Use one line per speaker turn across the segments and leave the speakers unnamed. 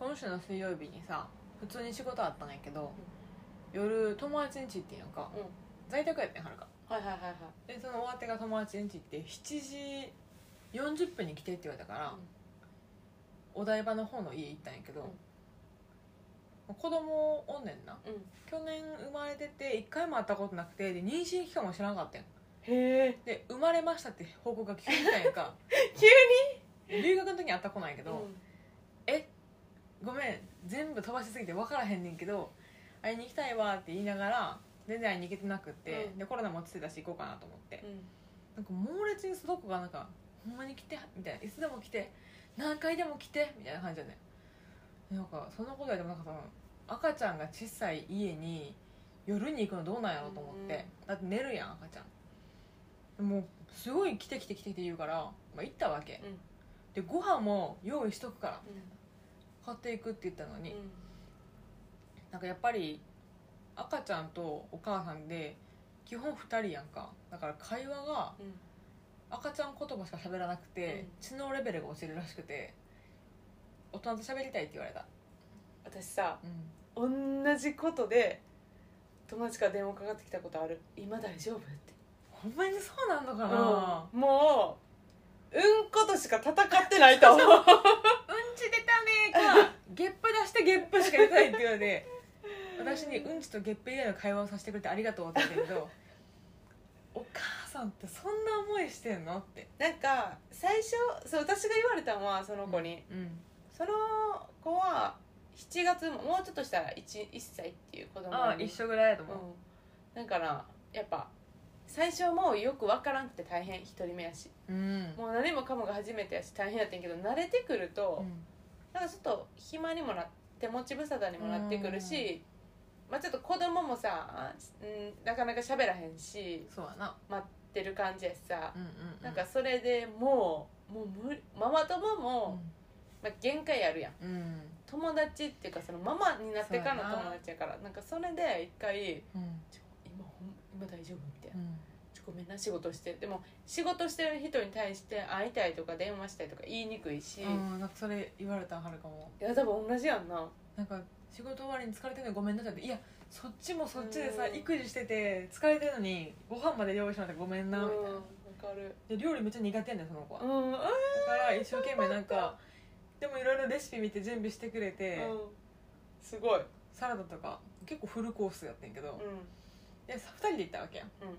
の週の水曜日にさ普通に仕事あったんやけど、夜友達ん家行ってんやんか、
うん
在宅やってんはるか
はいはいはいはい
でその終わってが友達ん家行って7時40分に来てって言われたから、お台場の方の家行ったんやけど、子供おんねんな
うん、
去年生まれてて1回も会ったことなくてで妊娠期間も知らなかったん
へえ
で生まれましたって報告が急に来たんやんか
急
に留学の時に会った子なんやけど、
うん
ごめん全部飛ばしすぎて分からへんねんけど会いに行きたいわって言いながら全然会いに行けてなくって、
うん
でコロナも落ちてたし行こうかなと思って、なんか猛烈にその子がなんか「ほんまに来て」みたいな「いつでも来て何回でも来て」みたいな感じだねなんかそんなことやでもなんかその赤ちゃんが小さい家に夜に行くのどうなんやろうと思って、だって寝るやん赤ちゃんもうすごい来て来て来てって言うから、まあ、行ったわけ、
うん
でご飯も用意しとくから
う
買っていくって言ったのに、
んうん
なんかやっぱり赤ちゃんとお母さんで基本2人やんかだから会話が
うん
赤ちゃん言葉しか喋らなくて、知能レベルが落ちるらしくて大人と喋りたいって言われた、
私さ
うん、
同じことで友達から電話かかってきたことある今大丈夫って
ほんまにそうなんのかな、
うんもううんことしか戦ってないと思 う
うん、ち出たねー かゲップ出してゲップしか出ないって言われて私にうんちとゲップ以外の会話をさせてくれてありがとうって言ったけどお母さんってそんな思いしてんのって
なんか最初そう私が言われたのはその子に、
うん
その子は7月ももうちょっとしたら 1, 1歳っていう子供
ああ
に
一緒ぐらいやと思う、
うん、だからやっぱ最初はもうよくわからんくて大変一人目やし
うん
もう何もかもが初めてやし大変やってんけど慣れてくる
う
と、
ん
なんかちょっと暇にもなって持ち無沙汰にもなってくるし、まあ、ちょっと子供もさ、うん、なかなか喋らへんし
そうやな
待ってる感じやしさ
う、んうんう
なんかそれでもうもう無理ママ友も、まあ、限界あるやん
うんうん
友達っていうかそのママになってからの
そうやな
友達やからなんかそれで一回
うん
「ちょ今ほん今大丈夫?」みたいな
う。ん
ちょごめんな仕事してでも仕事してる人に対して会いたいとか電話したいとか言いにくいし、
うんなんかそれ言われたらはるかも
いや多分同じやんな
なんか仕事終わりに疲れてるのにごめんなさいっていやそっちもそっちでさ
うん
育児してて疲れてるのにご飯まで用意しなくてごめんなみ
うん
たい
わかる
なで料理めっちゃ苦手やねんその子はだ
うんうん
から一生懸命なんかでもいろいろレシピ見て準備してくれて
すごい
サラダとか結構フルコースやってんけど
う
で2人で行ったわけやん
んうん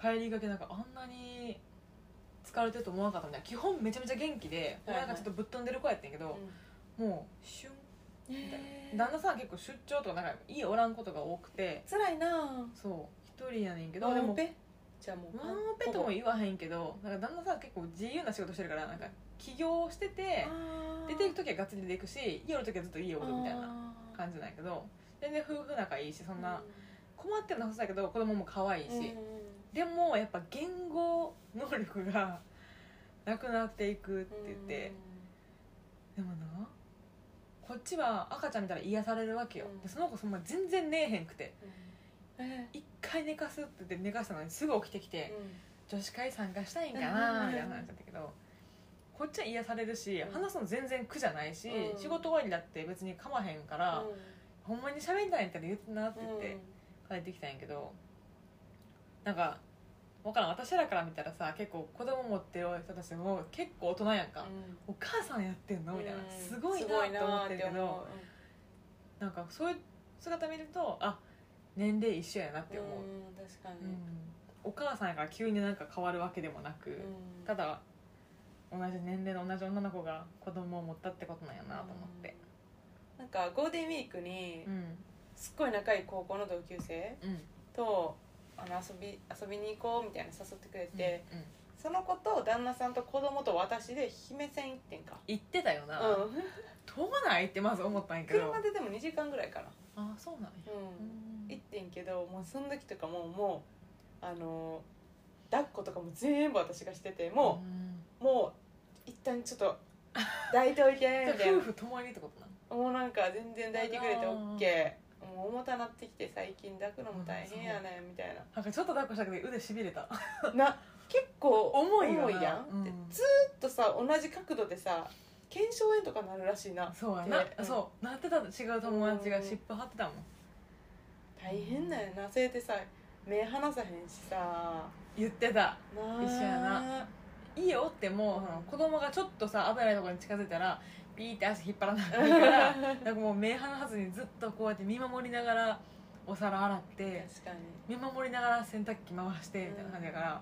帰りがけなんかあんなに疲れてると思わなかったみたいな基本めちゃめちゃ元気で、
はいはい
なんかちょっとぶっ飛んでる子やってんけど、もう旬
え
旦那さんは結構出張とかなんか家おらんことが多くて
辛いな
そう一人やねんけ
ぁ
どでも
ペじゃあもう
ワンオペとも言わへんけどなんか旦那さんは結構自由な仕事してるからなんか起業してて出ていく時はがっつり出ていくし家おる時はずっと家おるみたいな感じなんやけど全然夫婦仲いいしそ
そ
んな困ってなさそうやけど子供も可愛いし、
うん
でもやっぱ言語能力がなくなっていくって言って、でもなこっちは赤ちゃん見たら癒されるわけよ、
うん
でその子そんな全然寝えへんくて
うんうんえ
一回寝かすって言って寝かしたのにすぐ起きてきて、女子会参加したいんか
うん
なみたいな話だったけどこっちは癒されるし、
うん
話すの全然苦じゃないし、
うん
仕事終わりだって別に構わへんから、ほんまに喋りたいんやったら言ってなって
うん
言って
うん
帰ってきたんやけどなんか分からん私らから見たらさ結構子供持ってる人たちも結構大人やんか、お母さんやってんのみたいな、
うん
すごいなと思ってるけ
すごいなぁ
ど
思う
なんかそういう姿見るとあ年齢一緒やなって思う、
うん確か
う
に
んお母さんやから急になんか変わるわけでもなく、
うん
ただ同じ年齢の同じ女の子が子供を持ったってことなんやなと思って
うんなんかゴールデンウィークに
うん
すっごい仲いい高校の同級生
うん
とあの遊び遊びに行こうみたいな誘ってくれて、
うん
その子と旦那さんと子供と私で姫線行ってんか
言ってたよな、
うん
飛ばないってまず思ったんやけど
車ででも2時間ぐらいかな
あそうなんや、
う
うん
ん行ってんけどもうその時とかもうもうあの抱っことかも全部私がしててもう、もう一旦ちょっ と抱いておいて
うん
み
じ
た
ゃあ
い
夫
な
婦共にってことなの
もうなんか全然抱いてくれて
あら
OK もう重たなってきて最近抱くのも大変やねんみたいな
なんかちょっと抱っこしたけど腕しびれた
な結構
重いよな
やん、
うん
でずーっとさ同じ角度でさ腱鞘炎とかなるらしいな
そうやな、
でうん
そうなってた違う友達が
うん
湿布貼ってたもん
大変だよなそれでさ目離さへんしさな
言ってた
あ
一緒や いいよってもう、
うん
その子供がちょっとさ危ないところに近づいたらピーって足引っ張らなくていい からなんかもう目離さずにずっとこうやって見守りながらお皿洗って
確かに
見守りながら洗濯機回してみたいな感じだから、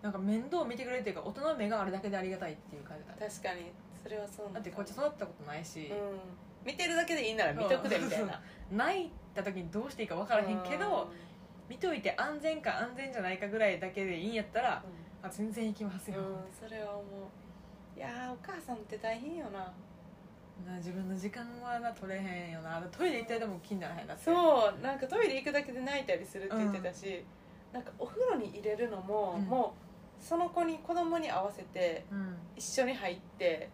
なんか面倒を見てくれるっていうか大人の目があるだけでありがたいっていう感じだった
確かにそれはそうなん
だってこっち育ったことないし
う、ん見てるだけでいいなら見とくでみたいな
泣いた時にどうしていいか分からへんけど、見といて安全か安全じゃないかぐらいだけでいいんやったら、あ全然行きます
うん
よ、
うんそれは思ういやーお母さんって大変よな
な自分の時間はな取れへんよなトイレ行ったりでも気にならへんだって
そうなんかトイレ行くだけで泣いたりするって言ってたし、なんかお風呂に入れるのも、
うん
もうその子に子供に合わせて
うん
一緒に入って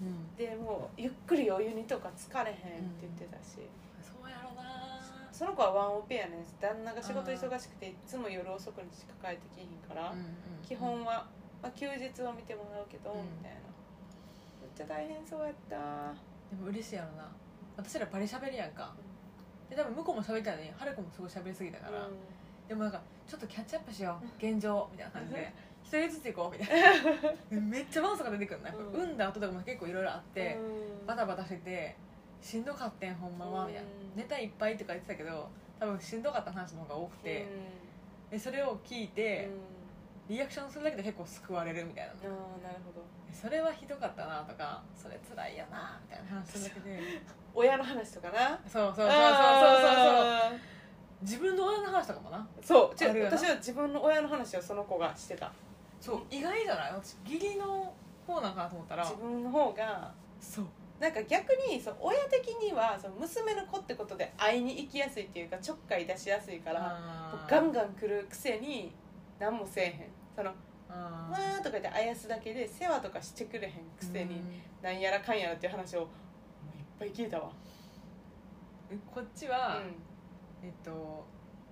うん
でもうゆっくりお湯にとか疲れへんって言ってたし、
そうやろな
その子はワンオペやねん旦那が仕事忙しくていつも夜遅くにしか帰ってきひんから、基
うん
本は、まあ、休日は見てもらうけど、
うん
みたいなめっちゃ大変そうやった
でも嬉しいやろな私らバリ喋りやんかで多分向こうも喋ったのに春子もすごい喋りすぎたから、
う
でもなんかちょっとキャッチアップしよう
うん
現状みたいな感じ
うん
で一人ずつ行こうみたい なめっちゃバウンスが出てくるのなんか
うん
産んだ後とかも結構いろいろあって、
うん
バタバタしててしんどかったんほんまはみたいな
うん
ネタいっぱいとか言ってたけど多分しんどかった話の方が多くて、でそれを聞いて、リアクションするだけで結構救われるみたいな
うん、ああなるほど
それはひどかったなとかそれ辛いよなみたいな話するだけで
親の話とかな
そうそうそうそうそうそう
あー
自分の親の話とかもな
そうちょ
あるよな
私は自分の親の話をその子がしてた
そう意外じゃない私義理の方なんかなと思ったら
自分の方が
そう
なんか逆にそう親的にはその娘の子ってことで会いに行きやすいっていうかちょっかい出しやすいからこ
あ
う
ー
ガンガン来るくせに何もせえへんその「わ
あ
ー」とか言ってあやすだけで世話とかしてくれへんく
ー
せ
う
に
ん
なんやらかんやらっていう話をもういっぱい聞いたわ
こっちは、
う
えっと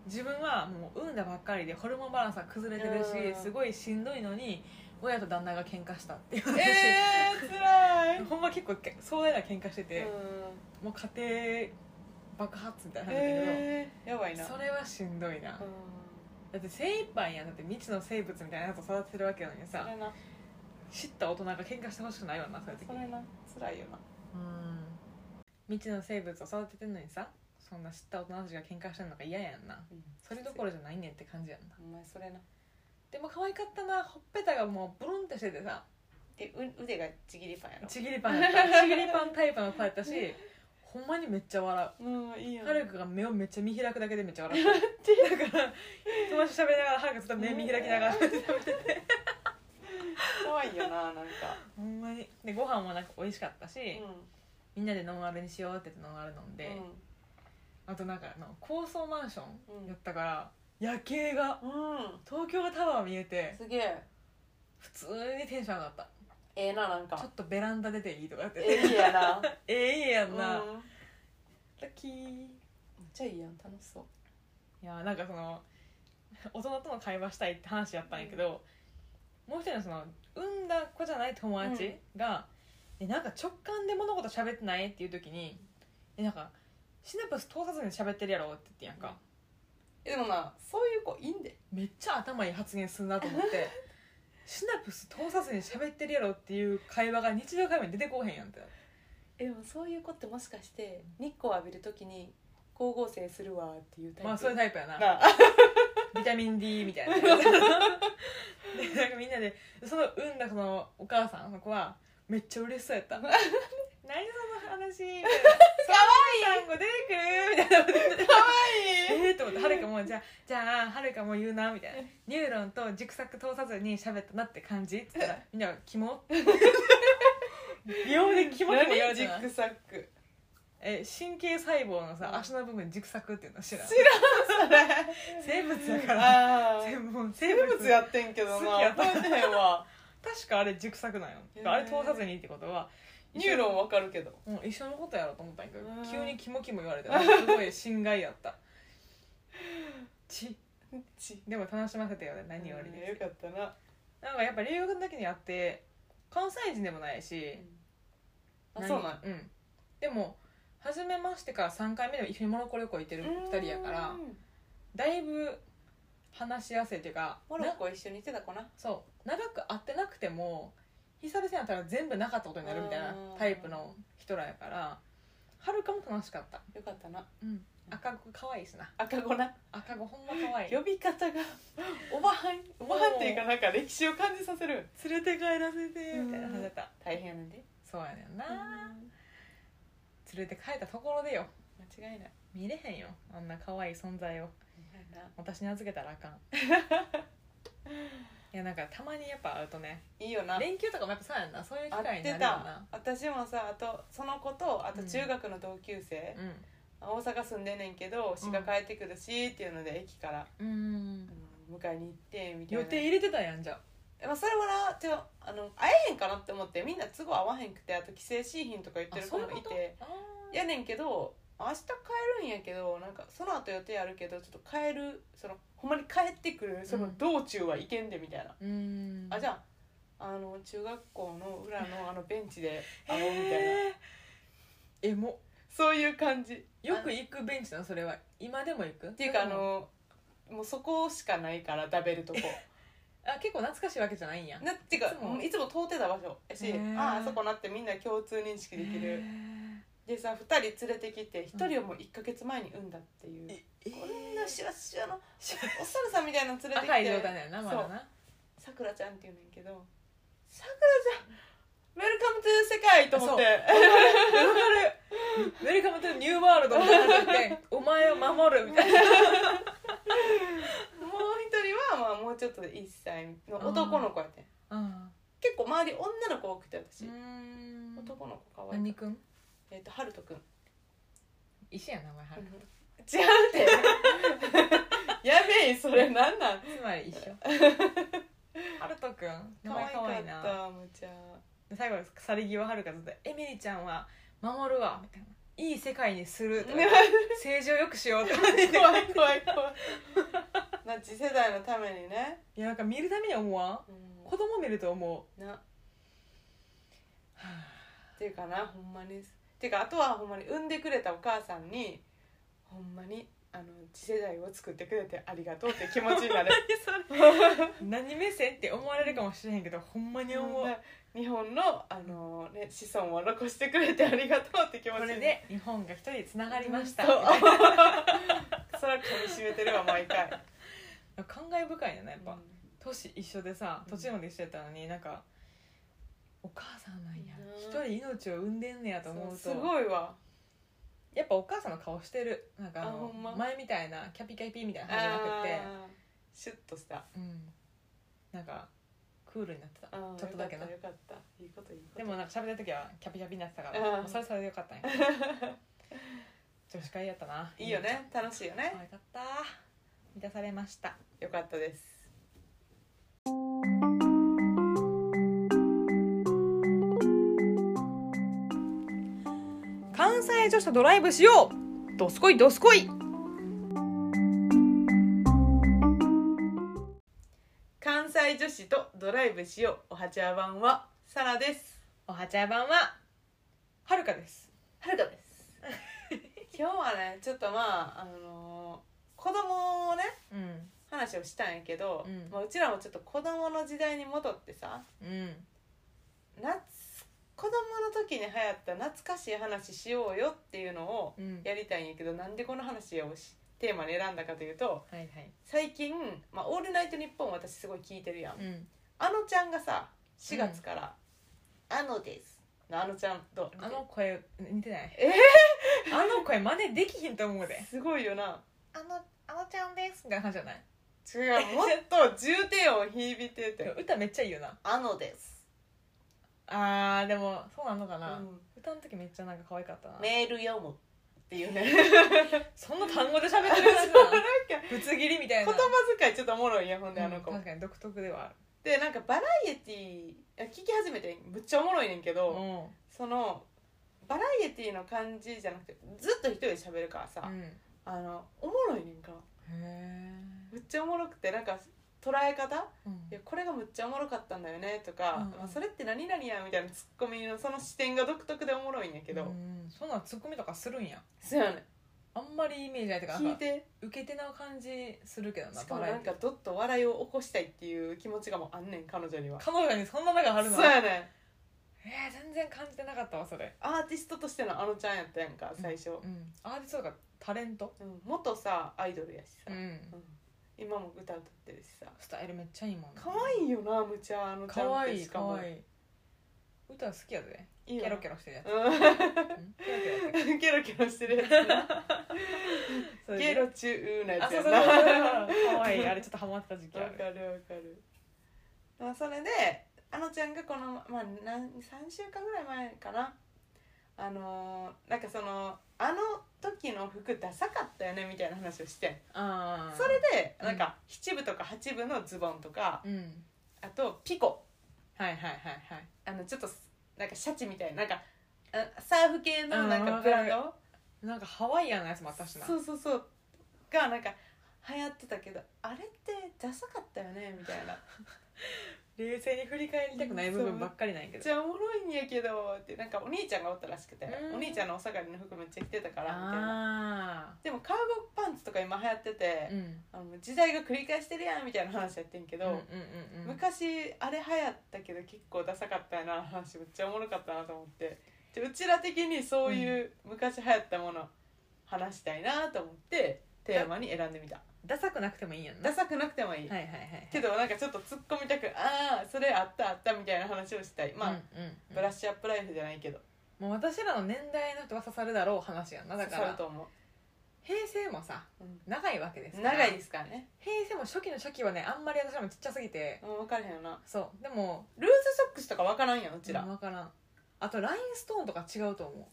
自分はもう産んだばっかりでホルモンバランスは崩れてるし、
うん
すごいしんどいのに親と旦那が喧嘩したっていう話、
んえー、つら い
ほんま結構け壮大な喧嘩してて、
うん
もう家庭爆発みたいな感じだけど、
えー、やばいな
それはしんどいな、
うん
だって精一杯やんだって未知の生物みたいなやつを育ててるわけなのに
そ
さ
れな
知った大人が喧嘩してほしくないよなそういう時
それなつらいよな
うん未知の生物を育ててんのにさそんな知った大人たちが喧嘩してんのが嫌やんなそれどころじゃないねんって感じやんな
お前それな
でも可愛かったなほっぺたがもうブルンってしててさ
でう腕がちぎりパンやろ
ちぎりパンやったちぎりパンタイプの子やった しほんまにめっちゃ笑
うんいいうよ
はるかが目をめっちゃ見開くだけでめっちゃ笑うだから友達と喋りながらはるかずっと目見開きながら
怖いよななんか
ほんまにでご飯もなんか美味しかったし、
う
みんなでノンアルにしようって言ってノンアル飲んで、あとなんかあの高層マンションやったから、夜景が
うん、うん、
東京タワー見えて
すげえ
普通にテンション上がった
ええななん
ちょ
か
っとベランダ出ていいとかやって
ええ家やな
ええ家やん な、
うん、めっ
ラッキーい
ちゃいいやん楽しそう
やーなんかその大人との会話したいって話やったんやけど、もう一人のその産んだ子じゃない友達が、えなんか直感で物事喋ってないっていう時にえなんかシナプス通さずに喋ってるやろって言ってんやんか、
えでもなそういう子いいんで
めっちゃ頭いい発言するなと思って シナプス通さずに喋ってるやろっていう会話が日常会話に出てこうへんやんって
えでもそういう子ってもしかして日光浴びるときに光合成するわっていうタイプ
まあそういうタイプやな
な
ビタミン D みたいなでなんかみんなでその産んだそのお母さんの子はめっちゃ嬉しそうやった何その話みたいな可愛い単語出てくるみたいなこと言っててえーと思ってはるかもじゃあじゃあはるかも言うなみたいなニューロンと軸索通さずに喋ったなって感じっつったらみんなが「キ モ」秒でキモキモ言われ
ジ
てな
ッ
い
クサック
え神経細胞の
うん
さ足の部分軸索っていうの知らん
知
生物だから
あ
生
ー
物
生
生
物
物
やってんけ ど
好きや
な
った
覚えてへんわ
確かあれ軸索なんよ、
へー
あれ通さずにってことは
ニューロンわかるけど
もう一緒のことやろうと思ったんやけど
うん
急にキモキモ言 われてすごい心外やったち
ち
でも楽しませてよね何より
うんよかったな
なんかやっぱ留学の時にあって関西人でもないし、
あ
何
そうなん
うんでも初めましてから3回目でも一緒にモロッコ旅行行ってる2人やから
うん
だいぶ話しやすいっていうか
モロッ
な
コ一緒に行ってた子な
そう長く会ってなくても久々に会ったら全部なかったことになるみたいな
うん
タイプの人らやからはるかも楽しかった、
よかったな
うん、赤子可愛いしな
赤子な
赤子ほんま可愛い
呼び方が おばはんおばはんっていうかなんか歴史を感じさせる
連れて帰らせてみたいな話だった
大変やねんで
そうやねんな
うん
連れて帰ったところでよ
間違いない
見れへんよあんな可愛い存在を
ほんまやな
私に預けたらあか んいやなんかたまにやっぱ会うとね
いいよな
連休とかもやっぱそうやんなそういう機
会
会
っ
にな
て
るよ
た
な
私もさあとその子とあと中学の同級生、大阪住んでんねんけど市が帰ってくるしっていうので駅から、
うんうん
あの迎えに行ってみたいな
予定入れてたやんじゃあ
まあ、それはなちょあの会えへんかなって思ってみんな都合合わへんくてあと帰省しいひんとか言ってる子もい
あそう
て
あー
やねんけど明日帰るんやけどなんかその後予定あるけどちょっと帰るそのほんまに帰ってくるその道中は行けんでみたいな、
うん
あじ
ゃ
ゃああの中学校の裏のあのベンチ で
あ
会おうみたいな
えも
そういう感じっ
よく行くベンチなのそれは今でも行くって
いうかあのもうそこしかないから食べるとこ
あ結構懐かしいわけじゃないんや
なっていうか
いつも
いつも通ってた場所やし、
へー
あああそこなってみんな共通認識できる
へー
でさ2人連れてきて1人をもう1か月前に産んだっていう、
え
こ んなしわしわの
し
お猿さんみたいなの連れてきて
赤い状態だよなまだな
さくらちゃんって言うねんけどさくらちゃんウェルカムトゥー世界と思って
ウェルカムトゥニューワールドみたいな感じでお前を守るみたいな
もう1人は、まあ、もうちょっとで1歳の男の子やってん
あ
結構周り女の子多くて
ー
私、
うーん
男の子かわい
何
い
くん
えっ、とハルトくん、
石や名前はる
違うって やべえそれなんなん
つまり一 緒ハルトくん名
可愛
前かわいい
か
な
ったむちゃ
最後去り際はるかずっと「エミリちゃんは守るわ」みたいな「いい世界にする」とか
ね
「政治をよくしよう」とか言って
怖い怖い怖いな次世代のためにね、
いやなんか見るために思わん子供見ると思
なっ
うはあ
ていうかなほんまにていうかあとはほんまに産んでくれたお母さんにほんまにあの次世代を作ってくれてありがとうって気持ちになる
何目線って思われるかもしれへんけどほん まに思う
日本のあの、ね、子孫を残してくれてありがとうって気持
こ
ちにな
れ
る
で日本が一人つながりました
そう
み たい
それは噛みしめてるわ毎回
な感慨深いよねやっぱ、
うん
年一緒でさ
うん
途中まで一緒やったのになんかお母さんなんや
いい
一
な
人命を産んでんねやと思うと
そうすごいわ
やっぱお母さんの顔してるなんかあ
あほ
の
んま
前みたいなキャピキャピみたいな感じじゃな
あーシュッとした
くてうんなんかクールになってた
あー
ちょっとだけな
よかったよかったいいこといいこと
でもなんか喋った時はキャピキャピになってたか
うん
らもうそれそれでよかったんや 女子会やったない
いよね楽しいよね
可愛かった満たされました
よかったです
関西女子とドライブしようどすこいどすこい
関西女子とドライブしようおはちゃ版はサラです
おはちゃ版ははるかです
はるかです 今日はねちょっとまああのー子供をね
うん
話をしたんやけど、
うん
まあ、うちらもちょっと子供の時代に戻ってさ
うん
夏子供の時に流行った懐かしい話しようよっていうのを
うん
やりたいんやけどなんでこの話をしテーマに選んだかというと
はいはい
最近「まあ、オールナイトニッポン」私すごい聞いてるやん
うん
あのちゃんがさ4月から「あのです」のあのちゃんと
あの声似てない
え
あの声真似できひんと思うです
ごいよな
あのあのちゃんですみたいな感じじゃない
違うもっと重低音響いて
で
て
も歌めっちゃいいよな
「あのです
あーでもそうなのか」な、
うん
歌の時めっちゃなんか可愛かったな
メール読む」っていう ね
そんな単語で喋ってるやつ
そう なん
な
か
ぶつ切りみたいな
言葉遣いちょっとおもろいやほんであ
う
の
ん
子
確かに独特ではある
でなんかバラエティー聞き始めてむっちゃおもろいねんけど
う
そのバラエティーの感じじゃなくてずっと一人で喋るからさ
ん、うん、へ
あのおもろいねんか
え
むっちゃおもろくてなんか捉え方
うん
いやこれがむっちゃおもろかったんだよねとか、
うんうん
まあそれって何々やみたいなツッコミのその視点が独特でおもろいんやけど、
うんそんなんツッコミとかするんや
そうやね
あんまりイメージないっていうか
聞
ないんか
て
受け手な感じするけどな
しかもなん
バラエ
か
ティ
どっと笑いを起こしたいっていう気持ちがもうあんねん彼女には
彼女にそんな中あるの
そうやねん
えー、全然感じてなかったわそれ
アーティストとしてのあのちゃんやったやんか最初、
うんアーティストとかタレント
うん元さアイドルやしさ、
ん
うん今も歌歌ってるしさ
スタイルめっちゃいいもん
可愛いよなむちゃあのち
可
ゃんっ
愛
て
い
しかも
可愛い歌好きやで
い
キ
いよ
ャ
な
ロキャロしてるやつ
う
うんキャロキャロやったっ
ん ケロケロしてるやつな
けそれで
ゲロチューなや
あ
つ
そう
や
そう
な
そう
わ
可愛いあれちょっとハマってた時期
かる
あ
わ
る
かるまあそれであのちゃんがこの、まあ、なん3週間ぐらい前かなあのーなんかそのあの時の服ダサかったよねみたいな話をして
あー
それで
うん
なんか7部とか8部のズボンとか
うん
あとピコ
はいはいはいはい
あのちょっとなんかシャチみたいななんかあサーフ系のなん
あ
か
ー
ブランド
なんかハワイアンなやつもあったしな
そうそうそうがなんか流行ってたけどあれってダサかったよねみたいな
冷静に振り返りたくない部分ばっかりなんやけ
めっ
ど
ちゃおもろいんやけどってなんかお兄ちゃんがおったらしくて
うん
お兄ちゃんのお下がりの服めっちゃ着てたからみたいな
あ
でもカーゴパンツとか今流行って
あ
て
う、ん
あの時代が繰り返してるやんみたいな話やってんけ
うんうんう
ど、
んうん
昔あれ流行ったけど結構ダサかったよな話めっちゃおもろかったなと思ってでうちら的にそういう昔流行ったもの話したいなと思ってテーマに選んでみた
ダサくなくてもいいやんな
ダ
は
サくなくてもい
い
い、
はいはいはい
けどなんかちょっと突っ込みたくああそれあったあったみたいな話をしたいまあ、
うんうんうん
ブラッシュアップライフじゃないけど
もう私らの年代の人が刺さるだろう話やんなだ
刺
か
さる
ら
と思
平成もさ
う、
長いわけですから
長いですからね
平成も初期の初期はねあんまり私らもちっちゃすぎて
もう分からへんよな
そうでも
ルーズソックスとか分からんやんう
う
ちら、
分からんあとラインストーンとか違うと思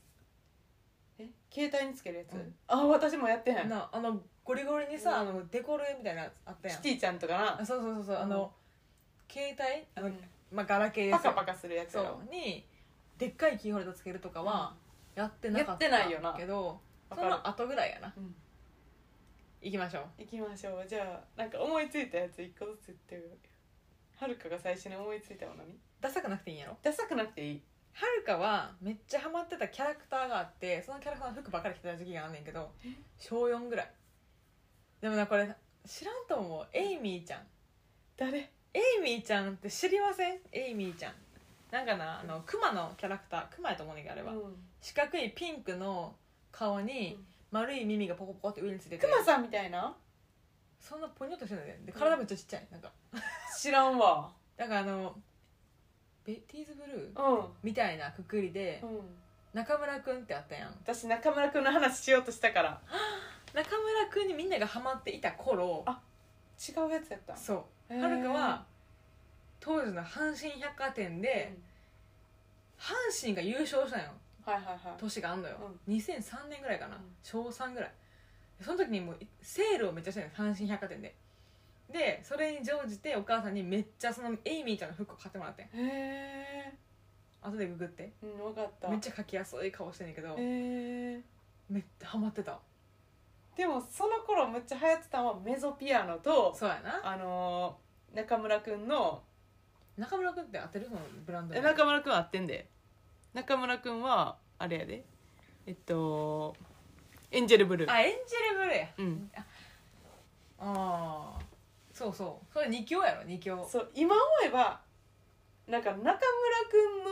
え携帯につけるやつ、
うん
あ私もやってへ
う、
ん
なあのゴリゴリにさ、
うん
あのデコルみたいなやつあったやん
キティちゃんとかな
あそうそうそうそうあの、携帯あの、
うん
まあ、ガラケーです
パ
よ
カパカするやつ
そ
やろ
うにでっかいキーホルダーつけるとかはやってなかった
やってないよな
けどそ
わかる
の後ぐらいやな
うん
行きましょう
行きましょうじゃあなんか思いついたやつ一個ずつ言ってよはるかが最初に思いついたの何
ダサくなくていいんやろ
ダサくなくていい
はるかはめっちゃハマってたキャラクターがあってそのキャラクターの服ばっかり着てた時期があんねんけど小4ぐらいでもなこれ知らんと思うエイミーちゃん
誰
エイミーちゃんって知りませんエイミーちゃんなんかなあのクマのキャラクタークマやと思うねんけどあれ
う
は、
ん
四角いピンクの顔に
うん
丸い耳がポコポコって上についてて
クマさんみたいな
そんなポニョっとしてるんだよねで体めっちゃちっちゃいなんか
知らんわ
だからあのベティーズブルー
うん
みたいなくくりで
うん
中村くんってあったやん
私中村くんの話しようとしたから
中村くんにみんながハマっていた頃
あ違うやつやった
そう
へー
はるかは当時の阪神百貨店で阪神が優勝したんよ
うんはいはいはい
年があんのよ、2003年ぐらいかな、
うん
小3ぐらいその時にもうセールをめっちゃしてるの阪神百貨店ででそれに乗じてお母さんにめっちゃそのエイミーちゃんの服を買ってもらってん
へ
後でググって
えうん分かった
めっちゃ描きやすい顔してんねんけど
へえ
めっちゃハマってた
でもその頃めっちゃ流行ってたのはメゾピアノと
そうやな
あのー中村くんの
中村君って当てるそのブランド
え
名
中村くんは合ってんで中村くんはあれやでえっとエンジェルブルー
あエンジェルブルーや
うん
ああそうそうそれ二強やろ二強
そう今思えばなんか中村く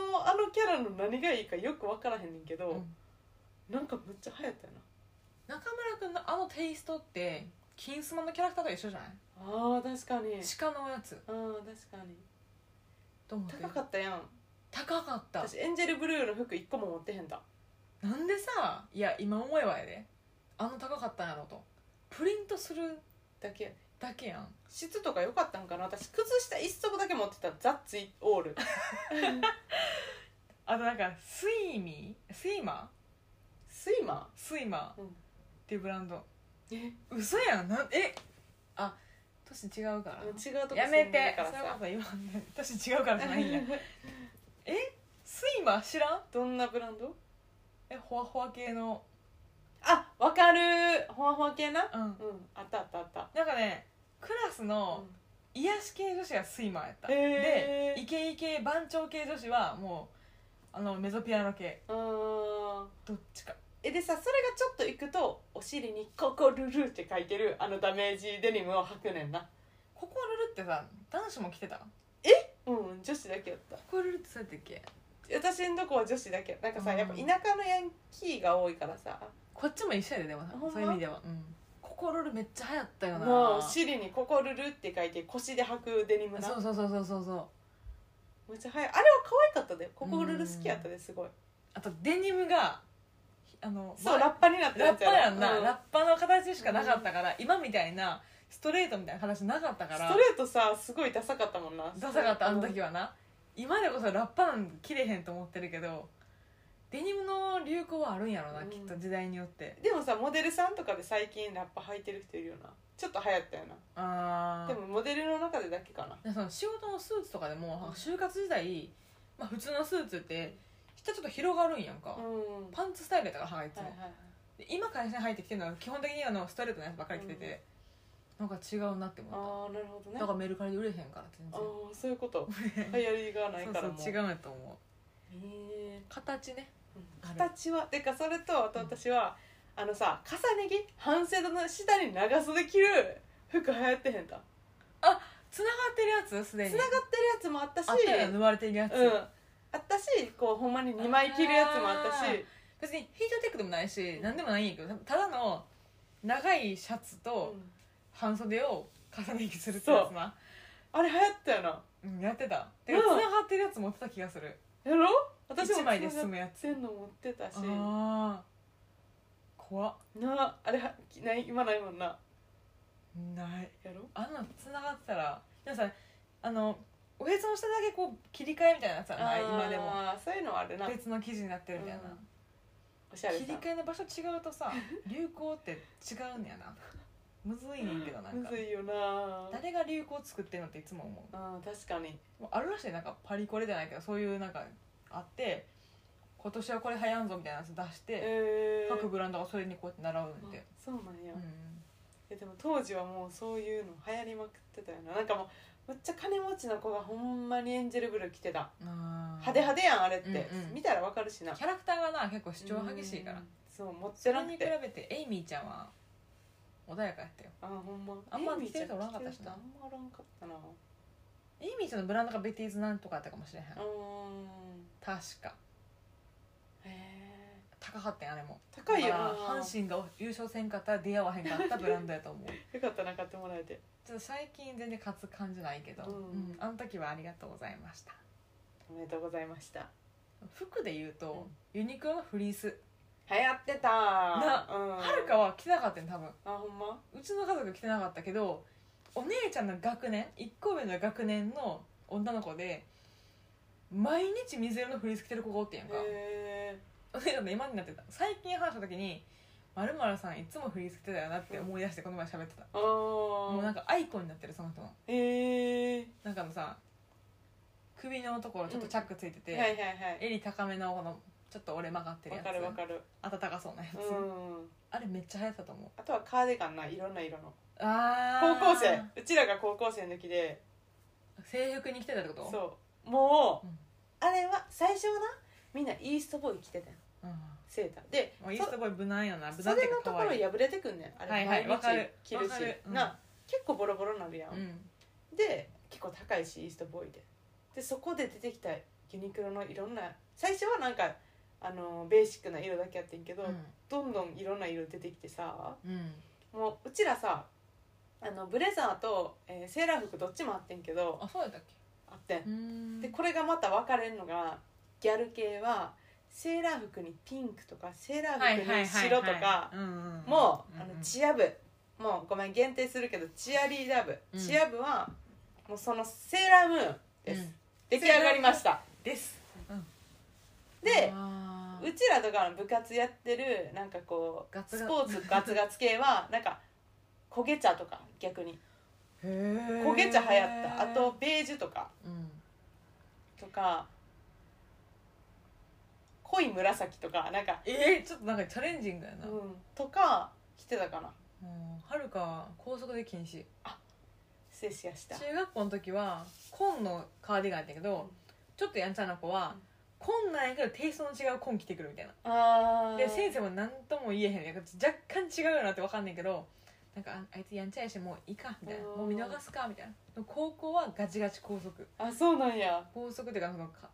んのあのキャラの何がいいかよく分からへんねんけど、
うん
なんかめっちゃ流行ったよな
中村君のあのテイストって金スマのキャラクターと一緒じゃない
あー確かに
鹿のやつ
うん確かに
と思って
高かったやん
高かった
私エンジェルブルーの服1個も持ってへんだ
なんでさいや今思えばやであの高かったんやろとプリントする
だけ
だけやん
質とか良かったんかな私靴下一足だけ持ってたザッツイッオー ル
あとなんかスイミースイマー
スイマ
スイマー
う
っ
ん
ていうブランド
ーえ
嘘やんなんえあ年違うから
違うとこ
やめて
から
そういうこ
さ
と言わんで私違うからじゃないん やスイマー知らん
どんなブランド
えホワホワ系の
あわかるほわほわ系な
うん
うんあったあったあった
なんかねクラスの癒し系女子がスイマーやった、で
へー
イケイケ番長系女子はもうあのメゾピアノ系
うん
どっちか
えでさそれがちょっといくとお尻に「ココルル」って書いてるあのダメージデニムを履くねんな
ココルルってさ男子も着てた
うん女子だけやった
ココルルってそうやったっけ
私んとこは女子だけなんかさ、
うん
やっぱ田舎のヤンキーが多いからさ
こっちも一緒やででも
ほんま
そういう意味では、うん、ココルルめっちゃ流行ったよな
もうお尻に「ココルル」って書いて腰で履くデニムな
そうそうそうそうそうそう
めっちゃ早いあれは可愛かったでココルル好きやったですごい
あとデニムがあの
そう
わ
ラッパになって
ラッパやんな、
うん
ラッパの形しかなかったから、今みたいなストレートみたいな形なかったか
ス
ら
トレートさすごいダサかったもんな
ダサかったあの
うん
時はな、今でこそラッパなんて切れへんと思ってるけどデニムの流行はあるんやろな、
うん
きっと時代によって
でもさモデルさんとかで最近ラッパ履いてる人いるよなちょっと流行ったよな
ああ
でもモデルの中でだけかな
でその仕事のスーツとかでも就活時代、まあ、普通のスーツって下ちょっと広がるんやんか、
うん
パンツスタイルやったからはいつ
は
も、
いはいはい
で今会社に入ってきてるのは基本的にあのストレートのやつばっかり着てて、なんか違うなって思っ
ああなるほど
た
ね
だからメルカリで売れへんから全
あ
然
あそういうこと 流行りがないからも
そうそう違うんやと思う
へー
形ね
形はてかそれとあと私は、あのさ重ね着半袖の下に長袖着る服流行ってへんた
つながってるやつすでに
繋がってるやつもあったし
あったよね縫われてるやつ、
うんあったしこうほんまに2枚着るやつもあった
あ
し
別にヒートテックでもないし何でもないんやけどただの長いシャツと
うん
半袖を重ね着するってやつな
あれ流行ったよな
うんやってた
う
て
ん
かつながってるやつ持ってた気がする
やろ私も
1枚で済
繋が
むや
っ
つ
てんの持ってたし
ああ怖っ
なあれはない今ないもんな
ない
やろ
あんなのつながってたらでもさあのおへその下だけこう切り替えみたいなやつはない今でも
あーそういうのはあるな
別の生地になってるみたいな、
うんおしゃれ
切り
さ
替えの場所違うとさ流行って違うんやなむずいねんけどなん
む
か
ずいよな
誰が流行作ってんのっていつも思
うん確かに
うもうあるらしいなんかパリコレじゃないけどそういうなんかあって今年はこれ流行んぞみたいなやつ出して、
えー
各ブランドがそれにこうやって習うんで
あ、そうなんや、
うん
えでも当時はもうそういうの流行りまくってたよななんかもうめっちゃ金持ちの子がほんまにエンジェルブルー着てた
あー
派手派手やんあれって、
うんうん
見たらわかるしな
キャラクターがな結構主張激しいから
うんそう持っ
そ
て
れ
な
に
く
比べ
て
てエイミーちゃんは穏やかやったよ
あほんま
あんま
エイミーち
着て
ゃ
る人おらんかったし
着てる人
な
あんまおらんかったなう
エイミーちゃんのブランドがベティーズなんとかやったかもしれへん
ーん
確か
へえ
高かったんあれも
高いよ
だ
な
から阪神が優勝せんかったら出会わへんかったブランドやと思う
よかったな買ってもらえて
ちょっと最近全然勝つ感じないけど、
うん
うんあの時はありがとうございました
おめでとうございました
服で言うと、ユニクロのフリース
流行ってた
な
うん
はるかは着てなかったね多分
あほんま
うちの家族着てなかったけどお姉ちゃんの学年1個上の学年の女の子で毎日水色のフリース着てる子がおってんやんか、
へえ
お姉ちゃんと今になってた最近話した時に「まるさんいつもフリース着てたよな」って思い出してこの前喋ってた、
あ
もうなん
ー
かアイコンになってるその人の
へえ
なんかあのさ首のところちょっとチャックついてて、
はいはいはい
襟高めのこのちょっと折れ曲がってる
わ
や
かるわ
つ
かる
暖かそうなやつ、
うん
あれめっちゃ流行ったと思う
あとはカーディガンないろんな色の
あ
高
ー
校生うちらが高校生の時で
制服に着てたってこと
そうもう、
うん
あれは最初はなみんなイーストボーイ着てたよ
うん、
セーターで
もういいすごい無難よな無
そ
難っ
袖
てい
の
う
と
か
こ
可
ろ
愛い
破れてくんねんあれ、
はいはいわか
毎日
る
着るし
わかるうん
な結構ボロボロになるやん、
うん
で結構高いしイーストボーイででそこで出てきたユニクロのいろんな最初はなんかあのベーシックな色だけやってんけど、どんどんいろんな色出てきてさ
うんうん
もううちらさあのブレザーと、えーセーラー服どっちもあってんけど
あそうやったっけ
あってん
うーん
でこれがまた分かれるのがギャル系はセーラー服にピンクとかセーラー服に白とか
うんうんん
もうあ
ん
の
ん
チア部もうごめん限定するけどチアリーダー
う
部
ん
チア部はもうそのセーラームーンです、
うん
出来上がりました
です
で
あー
うちらとかの部活やってるなんかこう
ガツガツ
スポーツガツガツ系はなんか焦げ茶とか逆に
へー
焦げ茶流行ったあとベージュとか
うん
とか濃い紫とかなんか、
えーちょっとなんかチャレンジングやな
うん、とか着てたかな
うんはるかは高速で禁止
セシアした
中学校の時は紺のカーディガンやったけど、
うん
ちょっとやんちゃな子は
うん
紺なんやけどテイストの違う紺着てくるみたいな
あー
で先生も何とも言えへんねん若干違うよなって分かんねんけどなんかああいつやんちゃやしもういいかみたいな
うん
もう見逃すかみたいなでも高校はガチガチ校則
あそうなんや
校則っていうかそのか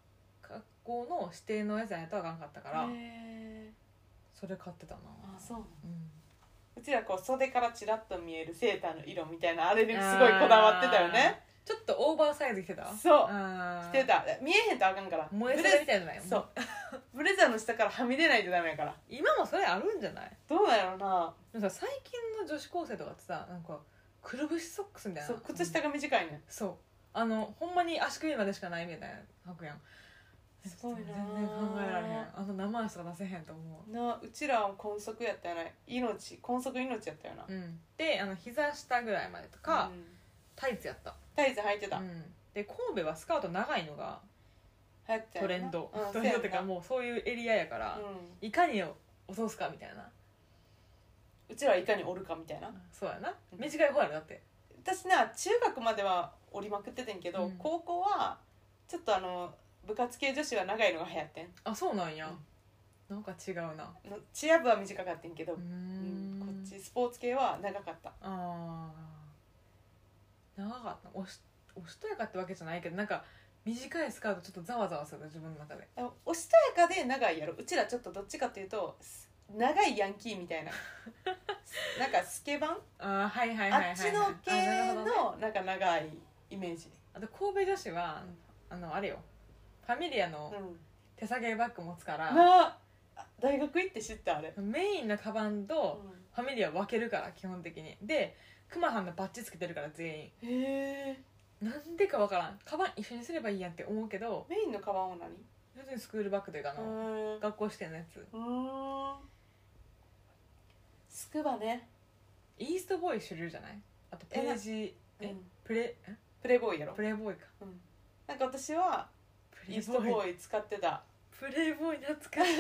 学校の指定のやつやとはあかんかったから、
へ
それ買ってたな
ーあそうなん
うん
うちらこう袖からちらっと見えるセーターの色みたいなあれにすごいこだわってたよね
あーちょっとオーバーサイズ着てた
そう
あー
してた見えへんとあかんから
燃え
ブ
袖み
レ
たいなのない
そうブレザーの下からはみ出ないとダメやから
今もそれあるんじゃない
どうなんやろな
でもさ最近の女子高生とかってさなんかくるぶしソックスみたいな
そう靴下が短いねん
そうあのほんまに足首までしかないみたいな履くやん
すごいな
全然考えられへんあの生足とか出せへんと思
なうちらは根足やったよな命根足命やったよな
ううんであの膝下ぐらいまでとか、
うん
タイツやった、
タイツ履いてた、
うんで神戸はスカート長いのが
流行ってた
ト
よな
レンド、
うん、
トレンドって
せ
いう
や
か
んな
もうそういうエリアやから、
うん
いかに落とすかみたいな
うちらはいかにおるかみたいな
そうやな
うん
短い方やろだって
私な中学まではおりまくっててんけど、
うん
高校はちょっとあの部活系女子は長いのが流行ってん
あそうなんや
うん、
なんか違うな
のチア部は短かってんけど、
うー
うん
ん
こっちスポーツ系は長かった
ああ長かったおしおしとやかってわけじゃないけどなんか短いスカートちょっとざわざわする自分の中で
あのおしとやかで長いやろうちらちょっとどっちかというとす長いヤンキーみたいな なんかスケバン、
ああはいはいはいはい、はい、
あっちの系
あなるほどね
のなんか長いイメージ、
あと神戸女子は
う
あ
ん
のあれよファミリアの
うん、
手提げバッグ持つから、
なああ大学行って知ったあれ、
メインのカバン
う
と
ん
ファミリア分けるから基本的にでクマさんのバッジつけてるから全員
へえ
なんでかわからんカバン一緒にすればいいやんって思うけど
メインのカバンは何
要するにスクールバッグというかあの、
うーん
学校指定のやつ
うーんスクバね、
イーストボーイ主流じゃないあとページえ
うん
プレえ
プレイボーイやろ
プ、レイボーイか
うん、なんか私は
プ
イーストボ
イ
ーイ使ってた
プレイボーイ懐かしい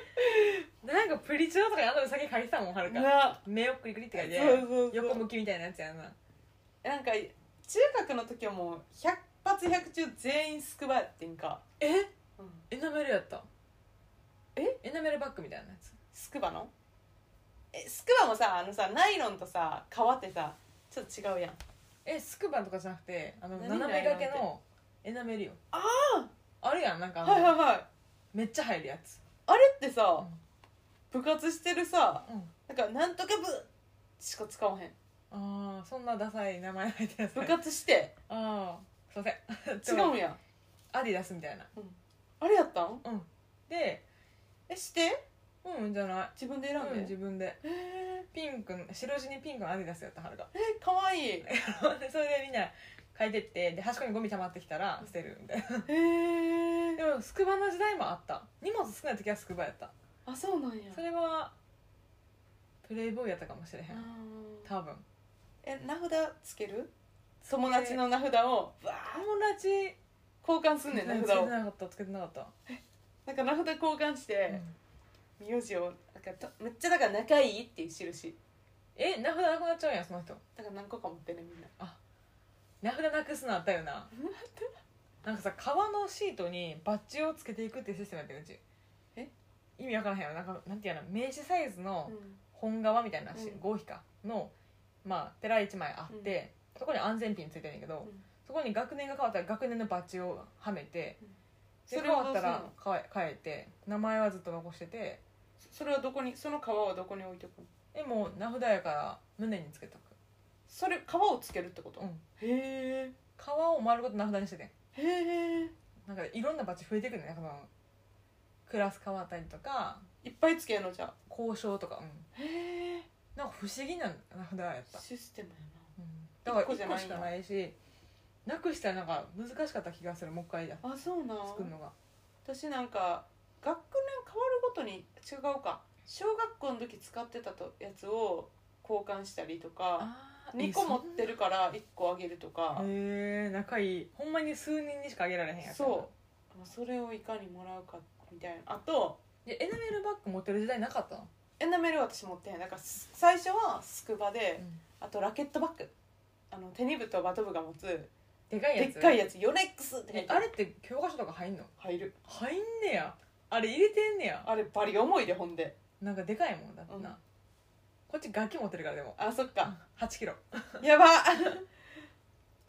なんかプリチュアとかにあのうさぎ書いてたもんはるか
な
目をくりくりって書いて
そうそうそう
横向きみたいなやつやな
なんか中学の時はもう100発100中全員スクバやってんか、
え
うん、
エナメルやった
え
エナメルバッグみたいなやつ
スクバのえスクバもさあのさナイロンとさ革ってさちょっと違うやん
えスクバとかじゃなくてあの
何
斜め掛けのエナメルよあああるやんなんかあの、
はいはいはい
めっちゃ入るやつ
あれってさ、部活してるさ
うん
なんかなんとか部しか使わへん
ああそんなダサい名前入ってるやつ
部活して
ああすいま せ
違
んでも
うんやん
アディダスみたいな
あれやったん
で
えして
うんじゃない
自分で選んで、
うん自分で
へえ
ピンクの白地にピンクのアディダスやったはるが
えか わいいへ
でそれでみんな書いてってで端っこにゴミ溜まってきたら捨てるみたいな
え
でもスクバの時代もあった荷物少ない時はスクバやった
あそうなんや
それはプレイボーイやったかもしれへ
あ
ん
ー
多分
え名札つける友達の名札をわー
友達
交換すんねん名
つけ
札
て
を
なかったつけてなかった、
なんか名札交換して名字をなんかとめっちゃだから仲いいっていう印
え名札なくなっちゃうんやその人
だから何個か持ってねみんな
名札なくすのあったよななんかさ革のシートにバッジをつけていくっていうシステムやってるうち
え
意味わからへんよなんかなんていうの名刺サイズの
うん
本革みたいなし
うん
合皮かのまあペラ1枚あって、そこに安全ピンついてるんやけど、
うん
そこに学年が変わったら学年のバッジをはめて、
うん
で
それ
変
は
わったら変え変えて名前はずっと残してて
それはどこにその皮はどこに置いとくの
でもう名札やから胸につけとく
それ皮をつけるってこと、
うん
へ
革を丸ごと名札にしててん
えへえ
なんかいろんなバッジ増えてくるねなんかそのクラス変わったりとか
いっぱいつけんのじゃあ
交渉とかうん
へえ
なんか不思議な名札やった、
システムや
うんだから
一個じ
1
ゃな
個
いん
し
や
かないしなくしたらなんか難しかった気がするもう一回だ
なあそうなん
作るのが
私なんか学年変わるごとに違うか小学校の時使ってたとやつを交換したりとか
あ
2個持ってるから1個あげるとか
へえ仲いいほんまに数人にしかあげられへんやつやな
そうまあそれをいかにもらうかみたいなあと
でエナメルバッグ持ってる時代なかったの、
エナメルは私持ってへんだからす最初はスクバであとラケットバッグあのテニブとバトブが持つ
でかいや
で
つ
っかいやつヨネックスって書い
え
て
あれって教科書とか入んの
入る
入んねやあれ入れてんねや
あれバリ重いでほんで
なんかでかいもんだってな、
うん
こっち楽器持ってるからでも
あそっか
8キロ
や ば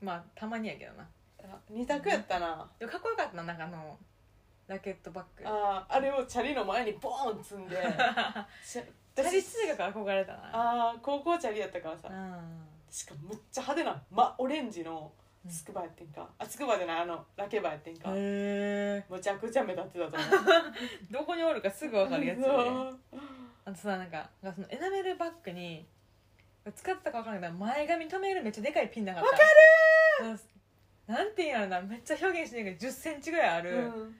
まあたまにやけどな
二択やったな
でもかっこよかったななんかあのラケットバッ グ
あーあれをチャリの前にボーン積ん でし
チャリ
私
通学憧れたな
あー高校チャリやったからさ
うん
しかもむっちゃ派手な真オレンジの
うん
つくばやってんか、あつくばじゃないあのラケバやってんか、
へえ
むちゃくちゃ目立ってたと思
どこにおるかすぐ 分かるやつ
う
よね
そう
あとさなんかなんかそのエナメルバッグに使ってたか分からないけど前髪留めるめっちゃでかいピンなかった分かるなんていうんやろなめっちゃ表現してんけど1 0ンチぐらいある、
うん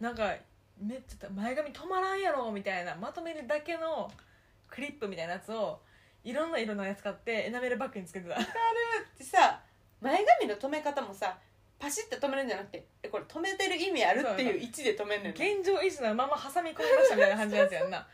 なんかめっちゃ前髪止まらんやろみたいなまとめるだけのクリップみたいなやつをいろんな色のやつ買ってエナメルバッグにつけてた
でさ前髪の止め方もさパシッて止めるんじゃなくてえこれ止めてる意味あるっていう位置で止めんねんな
現状維持のまま挟み込みましたみたいな感じのやつやんな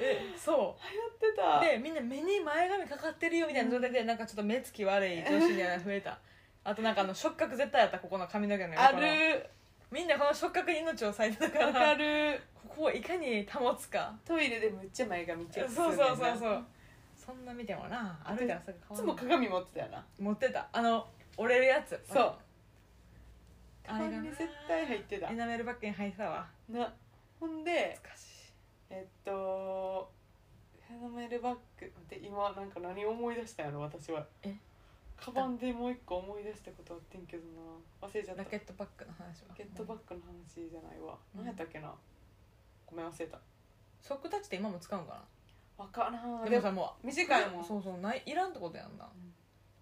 えそう
ってた
でみんな目に前髪かかってるよみたいな状態でなんかちょっと目つき悪い女子みたいなの増え たあとなんかあの触覚絶対あったここの髪の毛の
あ
横の
る
みんなこの触覚に命を割いてたか
わからる
ここをいかに保つか
トイレでむっちゃ前髪
そ
チェ
う
ックす
そ
る
う
ねんな
そうそうそんな見てもな歩いたらすぐ
い
変
つ
わんな
も
い
鏡持ってたよな
持ってたあの折れるやつ
そう
あれ
鏡
がな
に絶対入ってた
エナメルバッグに入ってたわ
なほんで
懐かし
えっとフェノメルバッグで今なんか何を思い出したんやろ私は
え
カバンでもう一個思い出したことあってんけどな忘れちゃっ
いラ
たラ
ケ
ケ
ットバッグの話は
ットバッグの話じゃないわ、
うん
何やったっけなごめん忘れた
ショックタッチって今も使うんか
わから
なんで
で
も
も
さもう
短いもん
そうそうないいらんってことやんな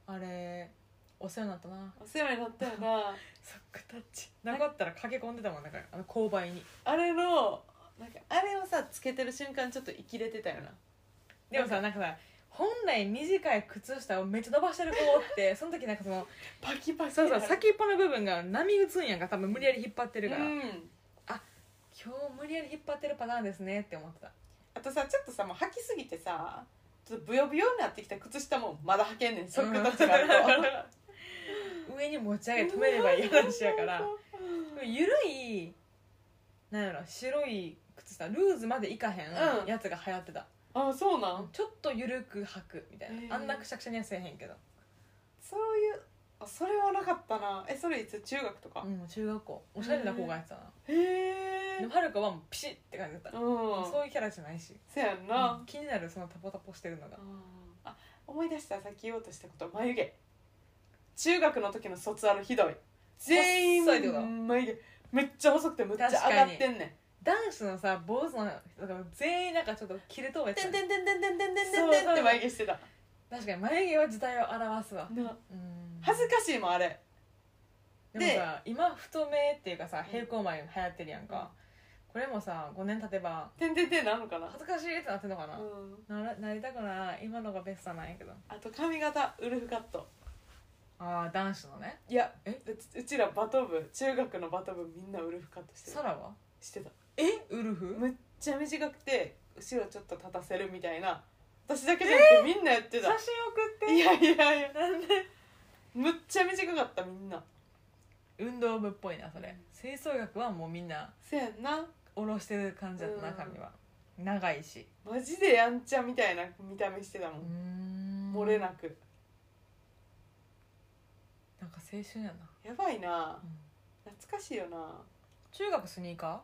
うん
あれお世話になったな
お世話になっ たよな
ショックタッチなかったら駆け込んでたもんだからあの購買に
あれのなんかあれをさつけてる瞬間ちょっと生きれてたよな
でもさなんかさ本来短い靴下をめっちゃ伸ばしてる子お ってその時なんかその
パキパキ
そうそう先っぽの部分が波打つんやんか多分無理やり引っ張って
う
るから、今
ん
日無理やり引っ張ってるパターンですねって思ってた
あとさちょっとさもう履きすぎてさちょっとブヨブヨになってきた靴下もまだ履けんねんソックたちがあると
上に持ち上げて止めればいい話やから
う
ゆるいなんやろ白い靴下ルーズまでいかへ
うん
んやつが流行ってた、
んあそうなん
ちょっとゆるく履くみたい
へえ
なあんなくしゃくしゃにはせえへんけど、
そういうあそれはなかったなえそれいつ中学とか
うん、中学校おしゃれな子がやってたな、
へえ
でもはるかはもうピシッって感じだった、
うん
そういうキャラじゃないし、
せやんな
気になるそのタポタポしてるのが
うんあ思い出したさっき言おうとしたこと眉毛中学の時の卒アルひどい全員
細いってこと
眉毛めっちゃ細くてむっちゃ上がってんね
男子のさ坊主の人が全員なんかちょっと切れとうや
ん
つ
て
や
ん
ね
てんてんてんてんてんてんてんてんって眉毛してた
確かに眉毛は時代を表すわう
な
ん
恥ずかしいもんあれ
でもさ今太めっていうかさ平行眉流行ってるやんか、これもさ5年経てば
てんてんてんなのかな
恥ずかしいってなってんのかな
う、ん
ならなりたくない今のがベストなんやけど
あと髪型ウルフカット
ああ男子のね
いや
え
うちうちらバト部中学のバト部みんなウルフカットして
サ
た
ラは
してた
えウルフ
むっちゃ短くて後ろちょっと立たせるみたいな私だけじゃなくてみんなやって
写
た、
真送って
いやいやいや
なんで
むっちゃ短かったみんな
運動部っぽいなそれ、
うん
吹奏楽はもうみんな
せやんな
下ろしてる感じだった
うん
中身は長いし
マジでやんちゃみたいな見た目してたもん、
漏
漏れなく
なんか青春やな、
やばいな
うん
懐かしいよな
中学スニーカ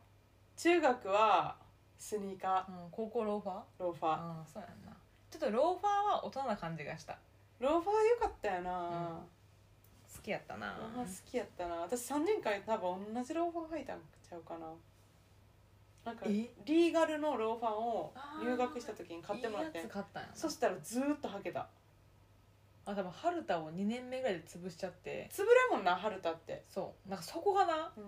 中学はスニーカ
ー、うん、高校ローファー
ーローファー
ああそうやんなちょっとローファーは大人な感じがした
ローファーよかったよな、
好きやったな
ローファー好きやったな私3年間多分同じローファー履いたんちゃうかななんか
え
リーガルのローファーを
あー
入学した時に買ってもらってん
いいやつ買ったんやな
そしたらずーっと履けた
あ多分春田を2年目ぐらいで潰しちゃって
つぶれんもんな春田って
そうなんかそこがな
う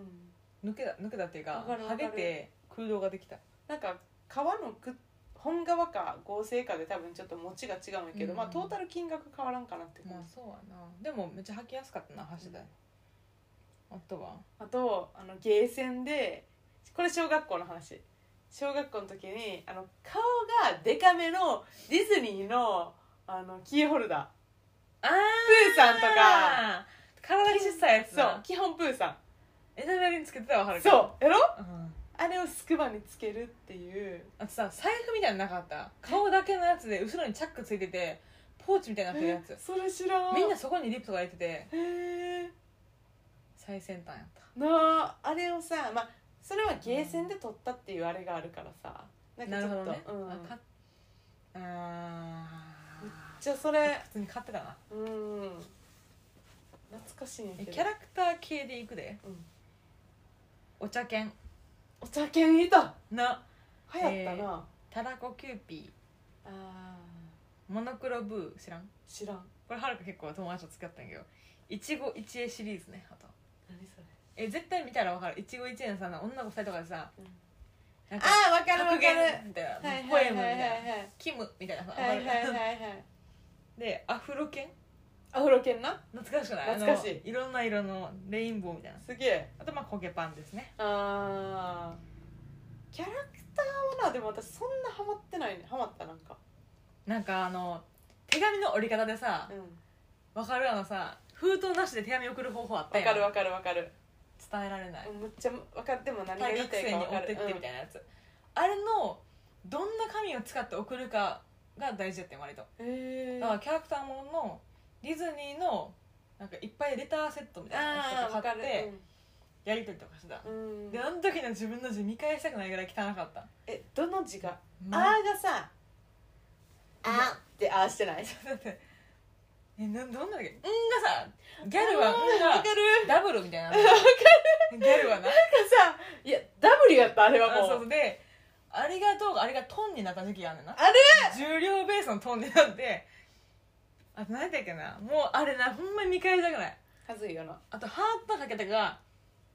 ん
抜けた抜けたっていう
わ
か
かるわ
ハ
かる
ゲて空洞ができた
なんか革のく本革か合成かで多分ちょっと持ちが違うんやけど、
うん
まあトータル金額変わらんかなって
まあ
感じ、
そうやなでもめっちゃ履きやすかったな走ってたよあとは
あとあのゲーセンでこれ小学校の話小学校の時にあの顔がデカめのディズニーのあのキーホルダ
あー
ーさんとか
体に小さいやつ
そ
な
う基本プーさん
枝ベルにつけてたわはるか
そうやろ
うん
あれをスクバにつけるっていう
あとさ財布みたいなのなかった顔だけのやつで後ろにチャックついててポーチみたいになってるやつ
えそれ知らん
みんなそこにリップとか入れてて
へえ
最先端やった
なああれをさまあそれはゲーセンで撮ったっていうあれがあるからさなん
な
かち
る
ょ
ほ
っと
どね、
うん
あかあー
じゃあそれ
普通に買ってたな
うん懐かしいんやけ
え
ど
キャラクター系でいくで
うん
お茶犬
お茶犬いた
な
流行ったな、
たらこキューピ
あ
ーモノクロブー知らん
ー知らん
これはるか結構友達と付き合ったんやけどいちご一会シリーズねあと
何それ
え絶対見たら分かるいちご一会のさ女の子2人とかでさ、
うん
なんか
ああわかるわか
格
るはい
言みたいな、
はい
ポ
はい
エムみ
は
た
い
いな、キムみたいなさ、
はいはいはいは
わ
い
かる
はい
でアフロ犬
アフロ犬な
懐かしくない
懐かしい
あのいろんな色のレインボーみたいな
すげえ
あとまあ焦げパンですね
あーキャラクターはなでも私そんなハマってないねハマったなんか
なんかあの手紙の折り方でさ
うん
わかるあのさ封筒なしで手紙送る方法あった
わ
や
か
ん
るわかるわかる
伝えられない
むっちゃわかるでも何が
大
言
学
いたい
生に
かわ
送
か
っ
る
てってみたいなやつ、あれのどんな紙を使って送るかが大事だったよ割と
うんへ
だ
ー
からキャラクターもののディズニーのなんかいっぱいレターセットみたいなや
あ
つ
ー
とか
わか
買っ
る
てやり取りとかしてた、
うん、うん
であの時の自分の字見返したくないぐらい汚かった
えどの字が「あ」
ま
がさ「あ」って「あ」してない
だってえなどんなだっけ「ん」がさギャルは「ん」が
わかる
ダブルみた いなギャルはな
なんかさいや W やったあれは
あ
も
そう
う
そうであれがどうかあれがトンになった時期があるねんな
あれ
重量ベースのトンになってあと何やったっけなもうあれなほんまに見返したくない
はずいよな
あとハートかけたが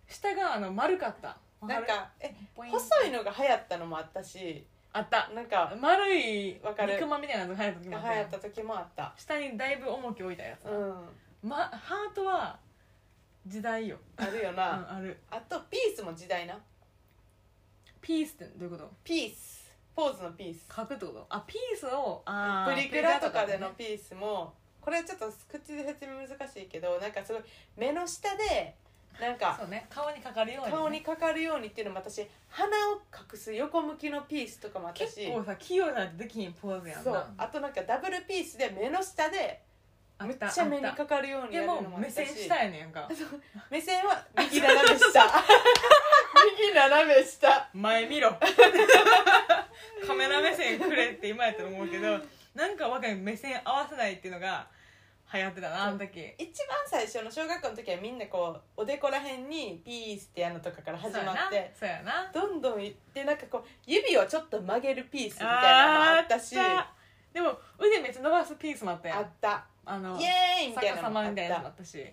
下があの丸かったわ
なん
る
かえ
ポイント
細いのが流行ったのもあったし
あった
なんか
丸い
わかる
肉まんみたいなのが流行った時
流
もあ
行
ったやん
った時もあった
下にだいぶ重きを置いたやつな、
うん
ま、ハートは時代よ、
あるよ
うん、
な
ある
あとピースも時代な
ピースってどういうこと
ピースポーズのピース
書くってことあピースをあー
プリクラとかでの
プ
ピースもこれちょっと口で説明難しいけどなんかすごい目の下でなん
リクラとかねそ
か
うね顔にかかるようにね、
顔にかかるようにっていうのも私鼻を隠す横向きのピースとかもあった
結
し
構さ器用なできひんポーズやんな
そうあとなんかダブルピースで目の下で
あ
むっ
った
ちゃ目に
あった
かかるように
で
やるの
も
もあ
目
っ
線
たし
したやねん か
目線は右斜め下 右斜め下
前見ろ カメラ目線くれって今やと思うけどなんか若い目線合わせないっていうのが流行ってたなあの時
一番最初の小学校の時はみんなこうおでこら辺にピースってやるのとかから始まって
そうやな
どんどんいってなんかこう指をちょっと曲げるピースみ
そう
たい
や
なの
な
もあったし
ーあっ
あ
たでも腕めっちゃ伸ばすピースもあったやん
った
あの
イエーイみたい
逆
な
さ
のもあ
ま
っ
みたいなやつもあ
た
ったし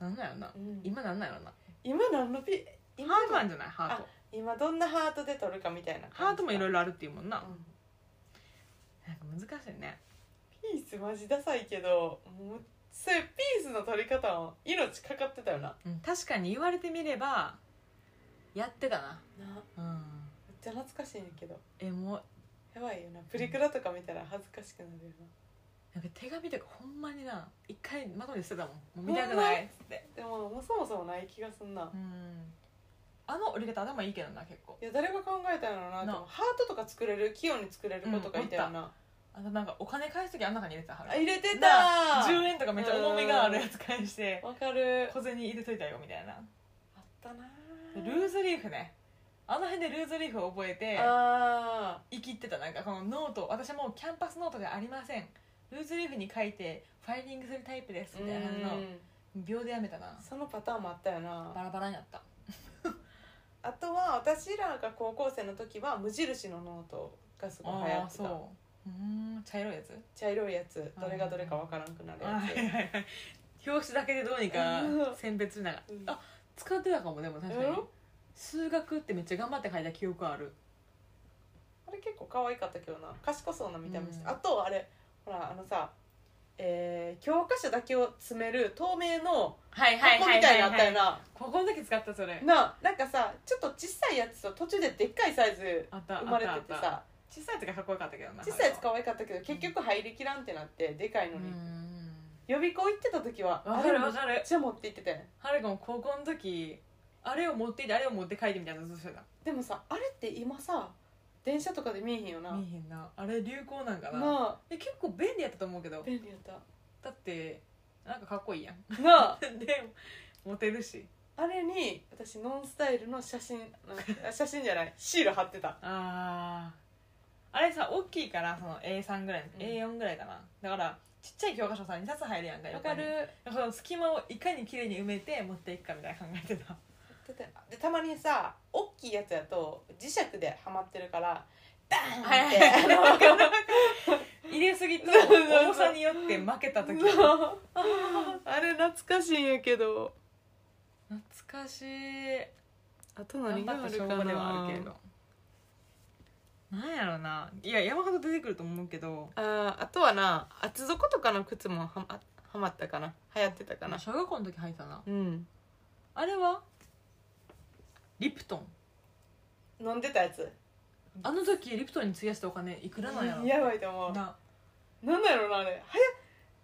なんなんやろな
うん
今なんなんやろな
今何のピ今
ハートなん
の
じゃないハート
今どんなハートで撮るかみたいな
ハートもいろい
ろ
ろあるっていうもんななんか難しいね
ピースマジダサいけどもうそれピースの撮り方は命かかってたよな
うん確かに言われてみればやってたな
な
うん
めっちゃ懐かしいねんけど
えもう
やばいよなプリクラとか見たら恥ずかしくなるよ
なんか手紙とかほんまにな一回窓に捨てたもんもう見たくないっつって
なでももうそもそもない気がすんな
うんあの折り方頭いいけどな結構
いや誰が考えたんやろうな
な
でもハートとか作れる器用に作れる子とかいたよな、
あとなんかお金返す時あん中に入れてたは
あ入れてた
10円とかめっちゃ重みがあるやつ返して
わかる
小銭入れといたよみたいな
あったな
でルーズリーフねあの辺でルーズリーフを覚えて
あ
生きってたなんかこのノート私もうキャンパスノートではありませんルーズリーフに書いてファイリングするタイプです
ー
みたいなの
うん
秒でやめたな
そのパターンもあったよな
バラバラになった
あとは私らが高校生の時は無印のノートがすごい流行
ああ
って
そう
た
うーん茶色いやつ
茶色いやつどれがどれかわからんくなるや
はいはいはい表紙だけでどうにか選別しなが
つ、うん
らあ使ってたかもでも確か
や
に
ろ
数学ってめっちゃ頑張って書いた記憶ある
あれ結構可愛かったけどな賢そうな見た目して、
うん
あとあれほらあのさえー、教科書だけを詰める透明の
はい
箱みたいなのあったよな
ここの時使ったそれ
ななんかさちょっと小さいやつと途中ででっかいサイズ
あったあ
生
ったあ
ま
っ
れて
た
てさ
小さいやつがかっこよかったけどな
小さいやつ
か
可愛かったけど結局入りきらんってなってでかいの
うー
に
ん
予備校行ってた時は
わかる
あれ
わ
めっ
かる
ちゃ持って行ってたよね
はるかも高校の時あれを持っていてあれを持って帰ってみたいなのずっとしてた
でもさあれって今さ電車とかで見えへんよな
見えへんなあれ流行なんかな、
な
え結構便利やったと思うけ
あ
ど
便利やった
だってなんかかっこいいやん
なあ
でモテるし
あれに私ノンスタイルの写真あ写真じゃないシール貼ってた
あーあれさ大きいからその A3 ぐらい、
うん
A4 ぐらいかなだからちっちゃい教科書さ2冊入るやんか
わかる
横に
や
だからその隙間をいかに綺麗に埋めて持っていくかみたいな考えてた
ってたよでたまにさ大きいやつやと磁石ではまってるからバーンって、
はいはい
あの
入れすぎと
そうそうそう
重さによって負けた時懐
そう あれ懐かしいんやけど
かしい
あと
頑張った証拠ではあるけれどなんやろないや山ほど出てくると思うけど
あーあとはな厚底とかの靴もはまはまったかな流行ってたかな
小学校の時履いたな
うん
あれはリプトン
飲んでたやつ
あの時リプトンに費やしたお金いくらなんやろ
やばいと思う
な、
なんだろうなあれはや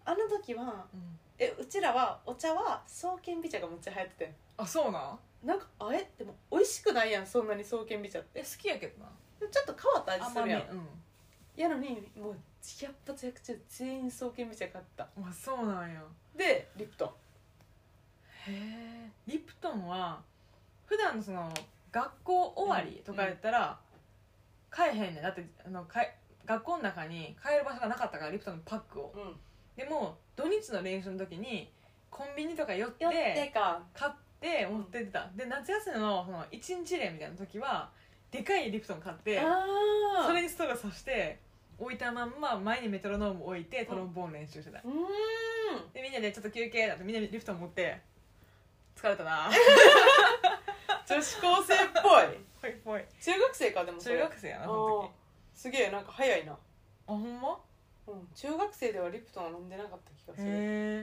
あの時は
うん
えうちらはお茶は爽健美茶がめっちゃ流行ってて
あそうなん
なんかあれでも美味しくないやんそんなに爽健美茶って
え好きやけどな
ちょっと変わった味するやん
う
やのにもう百発百中全員爽健美茶買った
んあそうなんや
でリプトン
へえリプトンは普段のその学校終わりとかやったら、買えへんねんだってあのかえ学校の中に買える場所がなかったからリプトンのパックを
うん
でも土日の練習の時にコンビニとか寄って
よってか
買って持ってってた、で夏休みのその1日連みたいな時はでかいリプトン買って
あー
それにストローさして置いたまんま前にメトロノーム置いてトロンボーン練習してた、
うーん
でみんなでちょっと休憩だってみんなでリフトン持って疲れたな
女子高生っぽい
ほいほい
中学生かでもそ
中
れ
学生やなその
うんすげえなんか早いな、
時あほんま
うん、中学生ではリプトンは飲んでなかった気がする
へ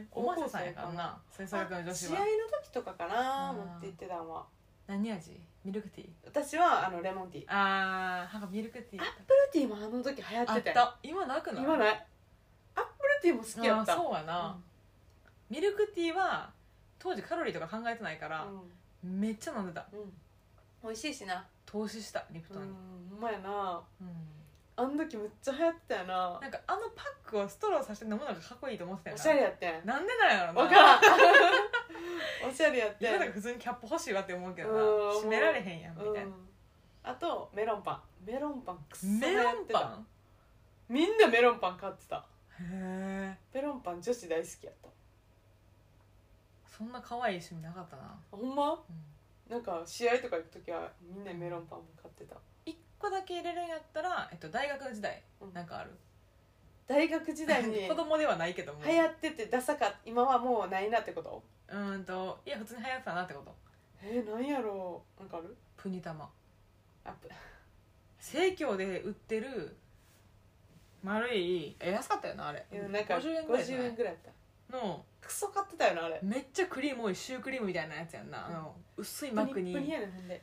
えお
高
ま
校生
さんやからな吹奏
あ
楽の女子
試合の
は
時とかかな
うん
持って行ってたんは
何味ミルクティー
私はあのレモンティー
あーなんかミルクティー
アップルティーもあの時流行
あ
っ
って
たよ
た今なくない
今ないアップルティーも好きやった
あーそうやな、ミルクティーは当時カロリーとか考えてないから、めっちゃ飲んでた
うん、うん美味しいしな
投資したリフ
うん
トンに、
ほんまやな
うん
あの時めっちゃ流行ってたよな
なんかあのパックをストローさせて飲むのがかっこいいと思ってたよ
お
な
しゃれやってん
なんでなんやろな
わからん おしゃれやってん
今だから普通にキャップ欲しいわって思うけどな
うん
閉められへんやんみたい
うん、あとメロンパンメロンパンくっそ
な、メ
流行
ロ
っ
ン
て
パ
た
ン
みんなメロンパン買ってた
へえ
メロンパン女子大好きやった
そんな可愛い趣味なかったな、
ほんま
うん、
なんか試合とか行く時はみんなメロンパンも買ってた、
1個だけ入れるんやったら、えっと、大学時代
うん
なんかある
大学時代 に
子供ではないけども
流行っててダサか今はもうないなってこと
うーんといや普通に流行ってたなってこと
えー、なんやろうなんかある
プニ玉
アップ
生協で売ってる丸いえ安かったよなあれ
いやなんか
50円ぐらいじゃな
50
い
円ぐらいやった
の
クソ買ってたよなあれ
めっちゃクリーム多いシュークリームみたいなやつやんな、あの薄い膜に
プニプニやねんほんで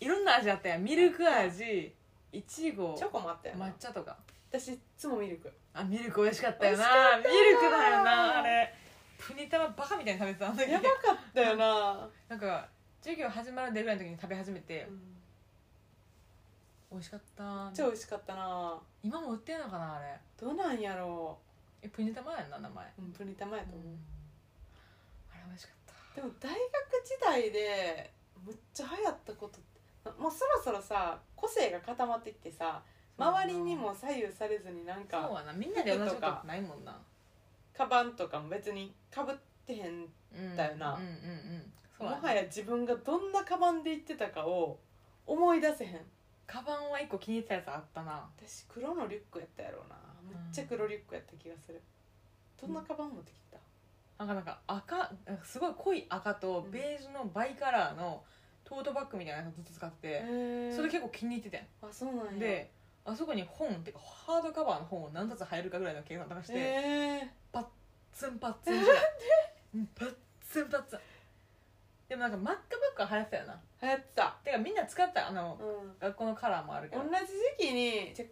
いろんな味あったやんミルク味いちご
チョコもあったよな
抹茶とか
私いつもミルク
あミルク美味しかったよな
美味しかった
ミルクだよなあれプニタマバカみたいに食べてたんだけ
やばかったよな、
なんか授業始まるでぐらいの時に食べ始めて、
うん
美味しかった
超美味しかったな
今も売ってんのかなあれ
どうなんやろ
えプニタマやんな名前、
う、うん、プニ玉やと思う、
あれ美味しかった
でも大学時代でむっちゃ流行ったことってもうそろそろさ個性が固まってきてさ周りにも左右されずになん
そう
か
はなみんなで同じことってないもんな
カバンとかも別にかぶってへん
うん
だよな
うんうんうんそう
も
やな
はや自分がどんなカバンで行ってたかを思い出せへん
カバンは一個気に入ってたやつあったな
私黒のリュックやったやろうなめっちゃ黒リュックやった気がするどんなカバン持ってきた、
なんかなんか赤すごい濃い赤とベージュのバイカラーのトートバッグみたいなやつずっと使ってて、
へー
それ結構気に入ってて
あそうなんや
であそこに本っていうかハードカバーの本を何冊入るかぐらいの計算とかして、
へー
ツンパッツンじゃないうんパッツンパッツンでもなんか MacBook は流行ってたよな
流行ってた
てかみんな使ったあの
うん
学校のカラーもあるけど
同じ時期にじゃ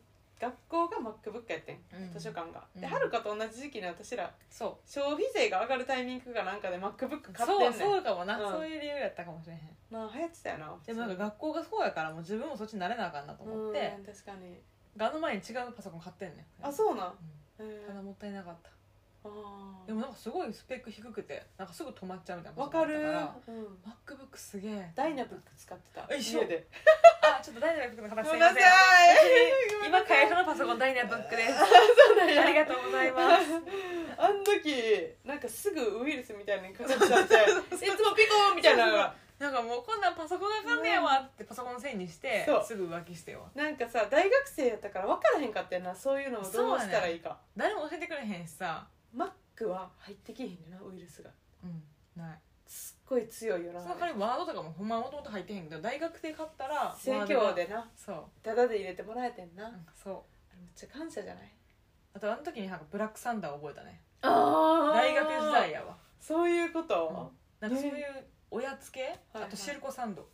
学校が MacBook やってん
うん
図書館が、
う
で
ん
はるかと同じ時期に私ら
そ
消費税が上がるタイミングがなんかで MacBook
う
買って
そ
ん
う
ねん
そうかもな、
うん
そういう理由やったかもしれへん
なあ流行ってたよな
でもなんか学校がそうやからもう自分もそっちになれなあかんなと思って、
うん確かに
がの前に違うパソコン買ってんねん
あそうなん、
う
え
んただもったいなかった
あ
でもなんかすごいスペック低くてなんかすぐ止まっちゃうみたいな
わかる、
だから
うん、
MacBook すげえ
ダイナブック使ってた
あ一緒
家で
あちょっとダイナブックの話
ごめ
す
ん
い
な
ま
さ
せん
いごめんな
今
さい
会社のパソコンダイナブック です
そうなんや
ありがとうございます
あん時なんかすぐウイルスみたいなのにかかっちゃ っていつもピコーンみたいなのが
なんかもうこんなんパソコンあかんねやわってパソコンのせいにして
そう
すぐ浮気してよ
なんかさ大学生やったから分からへんかったよなそういうのをどうしたらいいか、
誰も教えてくれへんしさ
マックは入ってきへんねんなウイルスが
うんない
すっごい強いよな
その代わりワードとかもほんまもともと入ってへんけど大学で買ったら
生
ワー
協
ドが
でな
そ
タダで入れてもらえてんな、
うなんかそう
めっちゃ感謝じゃない
あとあの時になんかブラックサンダーを覚えたね
あ
大学時代やわ
そういうこと、
なんかそういうおやつ系、
はい
あとシルコサンド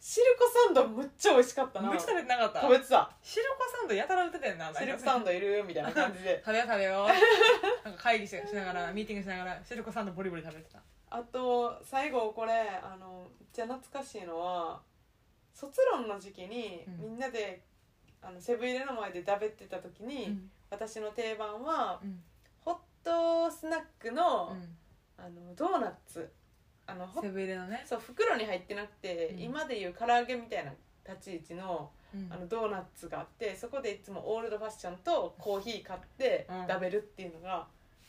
シルコサンドむっちゃ美味しかったな
めっちゃ食べてなかった
食べてた
シルコサンドやたら売ってたよな
シルコサン
ド
ドいるみたいな感じ で
食べよう食べよ うなんか会議しながらミーティングしながらシルコサンドボリボリ食べてた
あと最後これあのめっちゃ懐かしいのは卒論の時期に
うん
みんなで、あのセブン入れの前で食べてた時に、
うん
私の定番は
うん
ホットスナックの,、
うん
あのドーナツあのホ
セブン入れのね、
そう袋に入ってなくて、
うん
今でいう唐揚げみたいな立ち位置の
うん
あのドーナツがあってそこでいつもオールドファッションとコーヒー買って
うん
食べるっていうのが、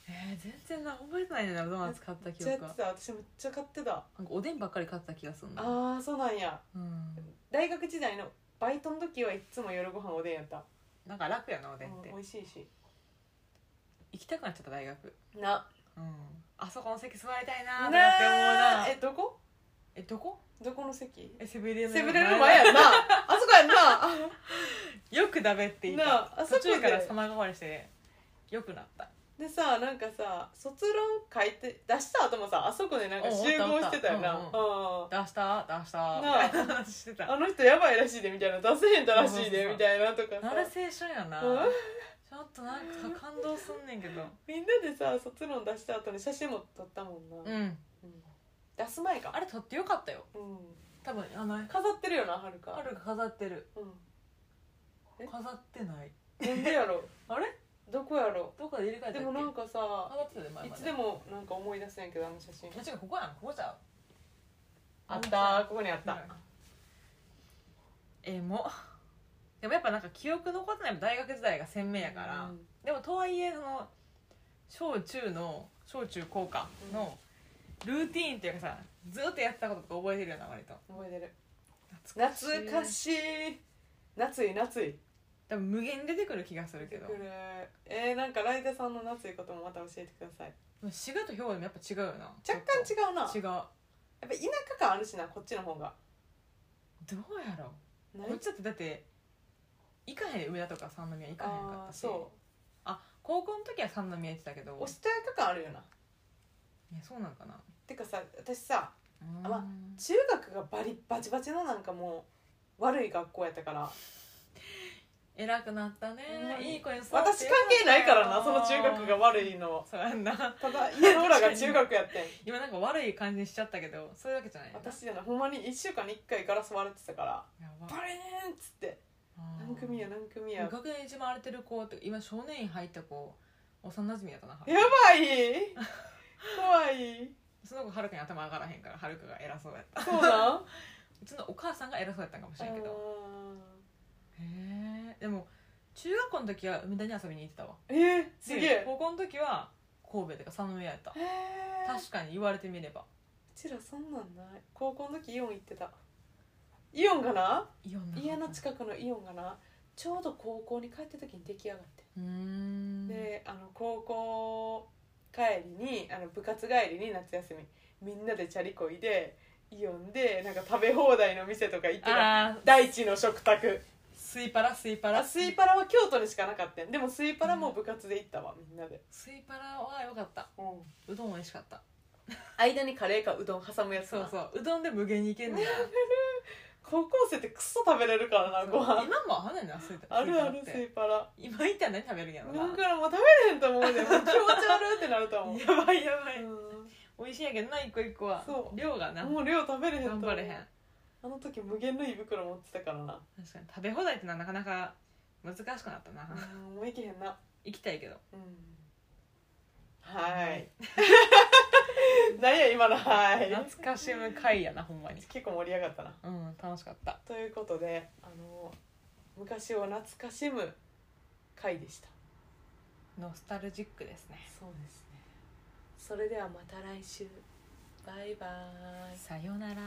えー、全然な覚えてないねんなドーナツ買った
めっ
記
ちゃやっ
憶
て
は
た私めっちゃ買ってた
なんかおでんばっかり買ってた気がするんだ
ああそうなんや
うん
大学時代のバイトの時はいつも夜ご飯おでんやった、
なんか楽やなおでんっ
う
て
ん、美味しいし
行きたくなっちゃった大学
な
うんあそこの席座りたいなー
な
とかって思うな
えどこ
えどこ
どこの席
えセブン入れの
セブレの前や んなあそこやんなあ
よくだべって言っ
なああ
た
そこ
途
で
中から様変わりしてよくなった
でさなんかさ卒論書いて出した後もさあそこでなんか集合してたよな
うんうん
うん
出した出したみ
なあ
たいな話してた
あの人やばいらしいでみたいな出せへんだらしい
そうそう
で
そう
みたいなとかさ
なる青春やな
うん
ちょっとなんか感動すんねんけど
みんなでさ卒論出した後に写真も撮ったもんな、
うん
うん出す前か
あれ撮ってよかったよ
うん、
多分あの
飾ってるよなはるか
春が飾ってる
うん、え
飾ってない
なんでやろ
あれ
どこやろ
どっかで入れ替えたっけ
でもなんかさ
飾ってたで前
い
ま
つ
で
でもなんか思い出せんやけどあの写真
もちろんここやんここじゃう
あったここにあっ
う
た
んえも でもやっぱなんか記憶残ってないの大学時代が鮮明やから、
うん
でもとはいえその小中の小中高かのルーティーンっていうかさずっとやってたこととか覚えてるよな割と
覚えてる
懐
懐かしい夏い夏い
多分無限出てくる気がするけ
出て
ど
くるえー、なんかライダーさんの夏いこともまた教えてください
滋賀と兵庫でもやっぱ違うよな
若干違うなやっ
違うど
ぱ田舎感あるしなこっちの方が
うやろ
ない
こっちだってだって行かへん上田とか三宮行かへんかっ
あー
たし
そ
高校の時は三宮行ってたけど
うおしとやか感あるよない
やそうなんかな
てかさ私さ
うん
まあ中学がバリバチバチのなんかもう悪い学校やったから
偉くなったね
ほんま、に
いい子に育ってよかった
私関係ないからなその中学が悪いの
そうやんな
ただ家の裏が中学やってん
今なんか悪い感じにしちゃったけどそういうわけじゃないよな
私じゃないほんまに1週間に1回ガラス割れてたから
やば
バレーンっつって何組や何組や
や
や
学年一番荒れてる子って今少年院入った子幼馴染やったな
ばい怖い
その子はるかに頭上がらへんからはるかが偉そうやった
そう なん
うちのお母さんが偉そうやったんかもしれんけど
あ
へえでも中学校の時は梅田に遊びに行ってたわ
ーえー、すげ
で
え
高校の時は神戸とか佐野屋やった
へえー、う
確かに言われてみれば
ちらそんなんない高校の時イオン行ってたイオンがな
イオンな
家の近くのイオンがなちょうど高校に帰った時に出来上がって
うーん
であの高校帰りにあの部活帰りに夏休みみんなでチャリこいでイオンでなんか食べ放題の店とか行ってた
ああ
大地の食卓
スイパラスイパ
あ
ラ
スイパラは京都にしかなかったんでもスイパラも部活で行ったわみんなで、
スイパラは良かったうどん美味しかった
間にカレーかうどん挟むやつ
そ
な
うそううどんで無限にいけんねん
高校生ってクソ食べれるからなご
今
飯
もあんねんなスイート
あるあ
スイ
る
ート
ス
だっ
イ
て
パラ
今行ったら何食べるんやろ
だ
な
からもう食べれへんと思う でもう気持ち悪いってなると思う、
やばいやばい
うん
美味しいんやけどな一個一個は
そう
量がな
もう量食べれへんと
頑
思う
張れへん
あの時無限の胃袋持ってたからな
確かに食べ放題ってのはなかなか難しくなったな
うんもういけへんな
行きたいけど
うんはい 何や今のはい
懐かしむ回やなほんまに
結構盛り上がったな
うん楽しかった
ということであの昔を懐かしむ回でした
ノスタルジックですね
そうですねそれではまた来週バイバイ
さよなら